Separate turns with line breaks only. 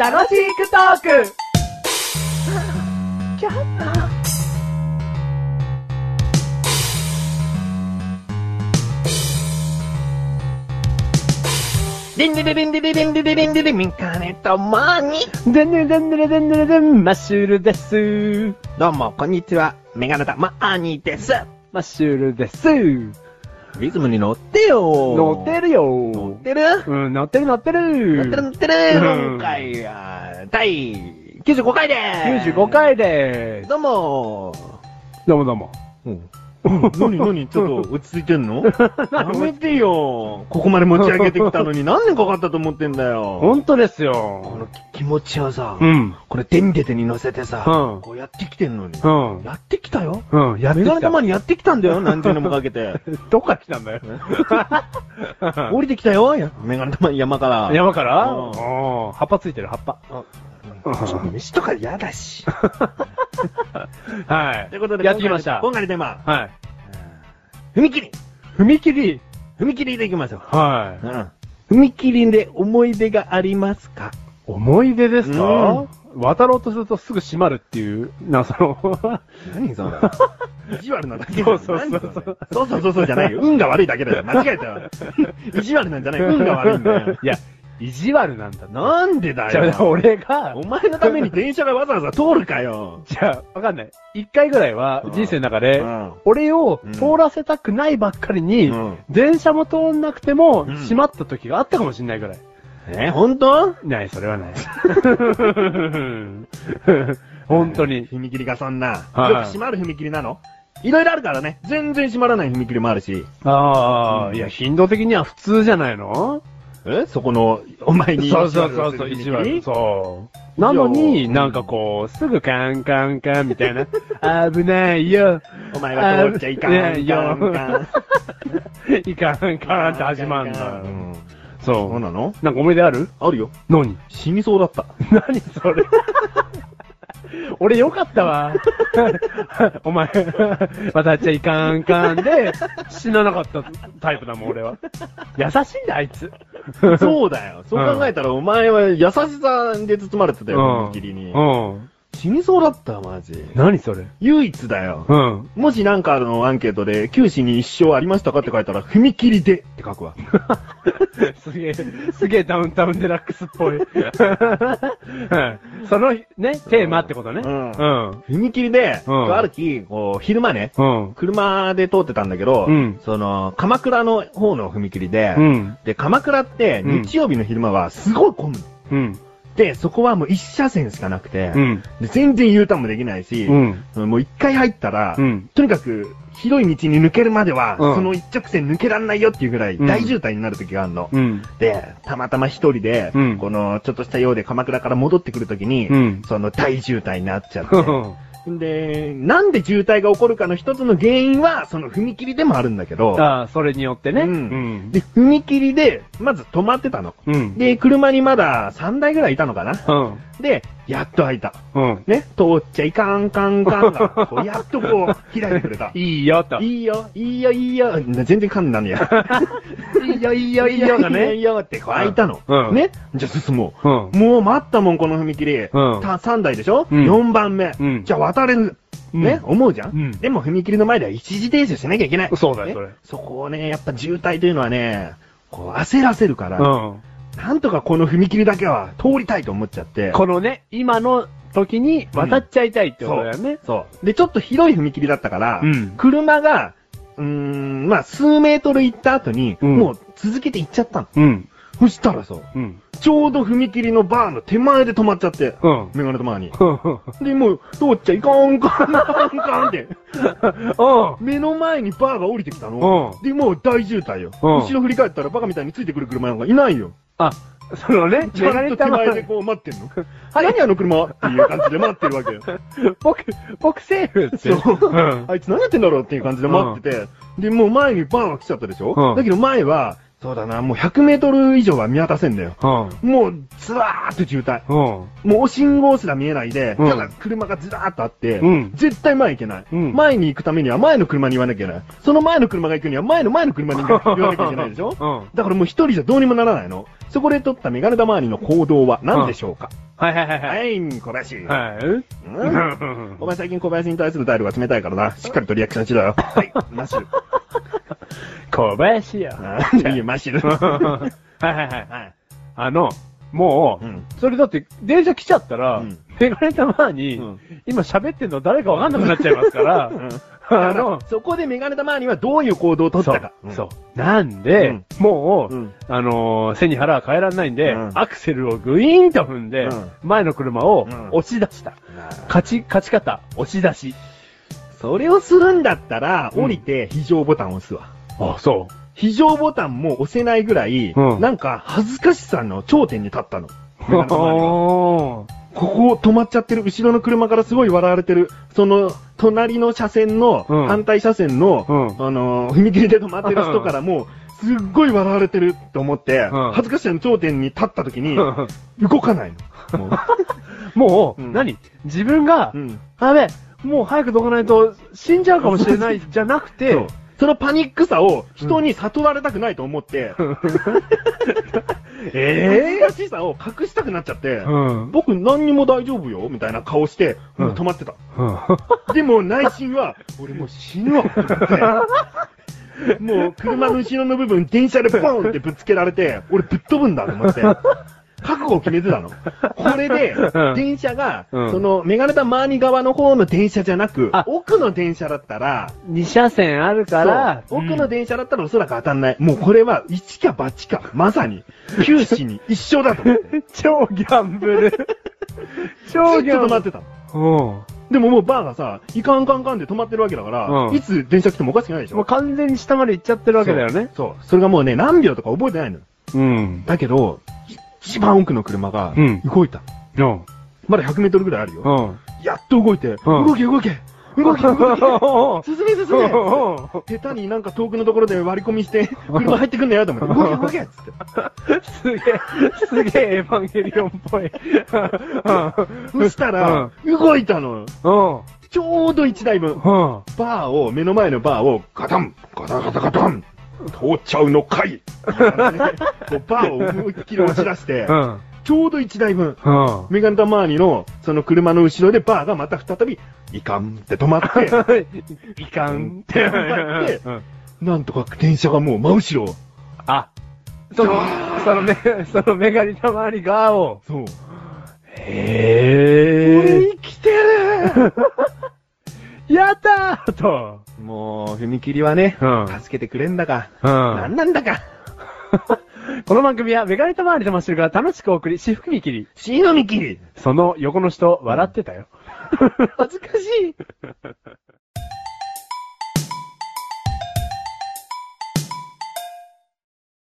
楽しくトーク
リンリリリンリリリンリリリンリリミンカネとマニ
でんでんでんでんでんでんでん、マッシュルです。
どうも、こんにちは。メガネタマーニーです。
マッシュルです。
リズムに乗ってよ
乗って
る
るよ
乗ってる
うん、乗ってる乗って
乗ってる乗
る
ってる
うん
今回は、第95回でーす
!95 回でーす。
どうも
どうもどうも。
うん。何何ち ょっと落ち着いてんのやめてよここまで持ち上げてきた のに何年かかったと思ってんだ
ほ
よ
んとです
この
よ。
気持ちをさ、
うん。
これデンデデに乗せてさ、
うん
こうやってきてんのに。
うん。
やってきたよ
うん、やめて
メガネ
き
た
た
ま。にやってきたんだよ、何十年もかけ て。
どっから来たん だよ。
降りてきたよ、やメガネたまに山から。
山から
うん
うん。葉っぱついてる、葉っぱ。
あうん飯とか嫌だし。
はい。
ということで、
やってきました。
今回のテーマ、
はい。
踏切
踏切。
踏切でいきましょう。
は
う
い。
ん踏切で思い出がありますか
思い出です
うん
か渡ろうとするとすぐ閉まるっていう、な、その、
何それ。 意地悪なだけだよ。
そうそうそうそう
何それそうそうそうそうじゃないよ。 運が悪いだけだよ。間違えたよ。 意地悪なんじゃない。運が悪いんだよ。
いや、意地悪なんだな。
なんでだ
じゃあ、
よ。
俺が
お、前のた めに電車がわざわざ通るかよ。
じゃあ、わかんない。一回ぐらいは
うん、
人生の中で
うん、
俺を
うん
通らせたくないばっかりに
うん、
電車も通んなくても、
うん
閉まった時があったかもしんないぐらい。
え、本当
ない、それはない。 本当に。
踏切がそんな、
はい
よく閉まる踏切なのいろいろあるからね。全然閉まらない踏切もあるし。
あ
う
あ、
ん
いや、頻度的には普通じゃないの
えそこの、お前に。
そうそうそうそう、
意
一
地
番
悪をする踏切
そう。なのに、
うん
なんかこう、すぐカンカンカンみたいな、危ないよ、
お前は通っちゃいかん。
あねえよ
いかんいかん
いかんかんって始まん
いか
だ
んう。ん
そ
そう
う。
なの
なんか思い出ある
あるよ。
何
死にそうだ った。
何それ俺よかったわ。 お前、渡っちゃいかんかんで、死ななかったタイプだもん、俺は。優しいんだ、あいつ。
そうだよ。そう考えたら、お前は優しさで包まれてた
うん
よ、踏切に。
うん。
死にそうだった、マジ。
何それ
唯一だよ。
うん。
もしなんかあのアンケートで、九死に一生ありましたかって書いたら、踏切でって書くわ。
すげえ、すげえダウンタウンデラックスっぽい。うんその、ね、テーマってことね。
う
うん。
ん踏切で、
うん
ある日、こう、昼間ね、
うん。
車で通ってたんだけど、
うん
その、鎌倉の方の踏切で、
うん。
で、鎌倉って
うん
日曜日の昼間はすごい混む。
うん。
で、そこはもう一車線しかなくて、
うん。
で全然 U ターンもできないし、
うん。
もう一回入ったら、
うん
とにかく広い道に抜けるまでは、
うん
その一直線抜けらんないよっていうぐらい
うん
大渋滞になる時があるの。
うん。
で、たまたま一人で、
うん
この、ちょっとした用で鎌倉から戻ってくるときに、
うん
その大渋滞になっちゃ って、で、なんで渋滞が起こるかの一つの原因は、その踏切でもあるんだけど、
ああ、それによってね。
う
うんん。
で、踏切で、まず止まってたの。
うん。
で、車にまだ3台ぐらいいたのかな
うん。
で、やっと開いた。
うん。。
ね、通っちゃいかんかんかんが、こう やっとこう、開いてくれた
いいよ、と。い
いいよ、いいよ、いいよ、全然噛んだん や。
いよ、いいよ、いいよが
いい
ね。
よって、こう開いたの。
うん
ね、じゃあ進もう。
うん。
もう待ったもん、この踏切。
うん
た3台でしょ、
うん
?4 番目、
うん
じゃあ渡れる。
うん
ね、思うじゃん、
うん
でも踏切の前では一時停止しなきゃいけない。
そうだよ
ね
それ
そこをね、やっぱ渋滞というのはね、こう焦らせるから、
うん。
なんとかこの踏切だけは通りたいと思っちゃって。
このね、今の時に渡っちゃいたいってことだよね。
そう。で、ちょっと広い踏切だったから、
うん
車が、うーん、まあ、数メートル行った後に、
うん
もう続けて行っちゃったの。
うん。
そしたらさ、
うん。
ちょうど踏切のバーの手前で止まっちゃって、
うん。
メガネとマーに。
うん。
で、もう、通っちゃいかんかんかんかんって、
うん。
目の前にバーが降りてきたの。
うん
で、もう大渋滞よ。
うん
後ろ振り返ったらバカみたいについてくる車なんかいないよ。
あ、そのね、
ちゃんと手前でこう待って んの。何あの車っていう感じで待ってるわけ よ。
僕、僕セーフって。
そう
うん
あいつ何やってんだろうっていう感じで待ってて、で、もう前にバーンは来ちゃったでしょ、
うん
だけど前は、そうだな、もう100メートル以上は見渡せんだよ。
うん。
もう、ずわーって渋滞。
うん。
もう、信号すら見えないで、
うん
ただ車がずらーっとあって、
うん
絶対前行けない、
うん
前に行くためには前の車に言わなきゃいけない。その前の車が行くには前の前の車に言わな きゃいけないでしょ
うん
だからもう一人じゃどうにもならないの。そこで取ったメガネ玉周りの行動は何でしょうか、
はいはいはいは。
はいい、小林。
はい。
うんお前最近小林に対する態度が冷たいからな。しっかりとリアクションしろよ。はい、マッシ ュル。
小林や。
あーいいよマッシ ュル。は
はいはいはい。
い。
あの、も
う
う、
ん。
それだって、電車来ちゃったら
うん、
メガネたまに
うん、
今喋ってんの誰かわかんなくなっちゃいます から、あ
あ
の
の、、そこでメガネ玉にはどういう行動を取ったか。
そう。そうなんで、
うん
もう、
うん
あのー背に腹は変えられないんで、
うん
アクセルをグイーンと踏んで、
うん
前の車を
うん
押し出した。勝ち、勝ち方、押し出し。
それをするんだったら、
うん
降りて非常ボタンを押すわ。
あ、そ
非常ボタンも押せないぐらい、
うん
なんか恥ずかしさの頂点に 立ったの。メガネ玉には
おー
ここ止まっちゃってる、後ろの車からすごい笑われてる、その、隣の車線の、
うん
反対車線の、
う
あのー踏切で止まってる人からも、すっごい笑われてると思って、
うん
恥ずかしさの頂点に立った時に、動かないの。もう
もう、
うん
何自分が、
うん
あべ、もう早くどかないと死んじゃうかもしれないじゃなくて、
そうそのパニックさを人に悟られたくないと思って、 恥ず
え
かしさを隠したくなっちゃって、
うん。
僕何にも大丈夫よみたいな顔して、
うん
もう止まってた。
うん
でも内心は、俺もう死ぬわと思って。 もう車の後ろの部分、電車でボーンってぶつけられて、俺ぶっ飛ぶんだと思って。覚悟を決めてたの。これで
うん、
電車が、
うん
その、メガネタ周り側の方の電車じゃなく
あ、
奥の電車だったら、
二車線あるから、
そう奥の
で、
電車だったらおそらく当たんない。もうこれは、一か八か、まさに、九死に一生だと思って。
超ギャンブル。超
ず
ギ
っ
ャン
と
ブル
待っ。てたの。
うん。
でももうバーがさ、いかんかんかんで止まってるわけだから、
うん
いつ電車来てもおかしくないでしょ。
もう完全に下まで行っちゃってるわけだよね。
そう。それがもうね、何秒とか覚えてないの。
うん。
だけど、い一番奥の車が
うん
動いた。
うん。
まだ100メートルぐらいある
う
よ。
ん。
やっと動いて、動け動け動け動け進め進め下手になんか遠くのところで割り込みして、車入ってくんだよと思って、動け動けっつって。
すげえ、すげえエヴァンゲリオンっぽい。
そしたら、動いたのよ。
うん。
ちょうど1台分。
うん。
バーを、目の前のバーを、ガタンガタガタガタン通っちゃうのかいこうバーを思いっきり押し出して
う、ん。
ちょうど1台分。
うん。
メガネタ周りの、その車の後ろでバーがまた再び、いかんって止まって、
いかんっ
う
て。
んなんとか電車がもう真後ろを。
あ、その、そのメ、そのメガリたまりがを。
そう。
へ
俺生きてる
え。やったーと。
もう、踏切はね、
うん
助けてくれんだか、
う
なんなんだか、
この番組はメガネたまりとマッシュルが楽しくお送り、私服見切り。
死の見切り
その横の人、笑ってたよ。恥ずかしい。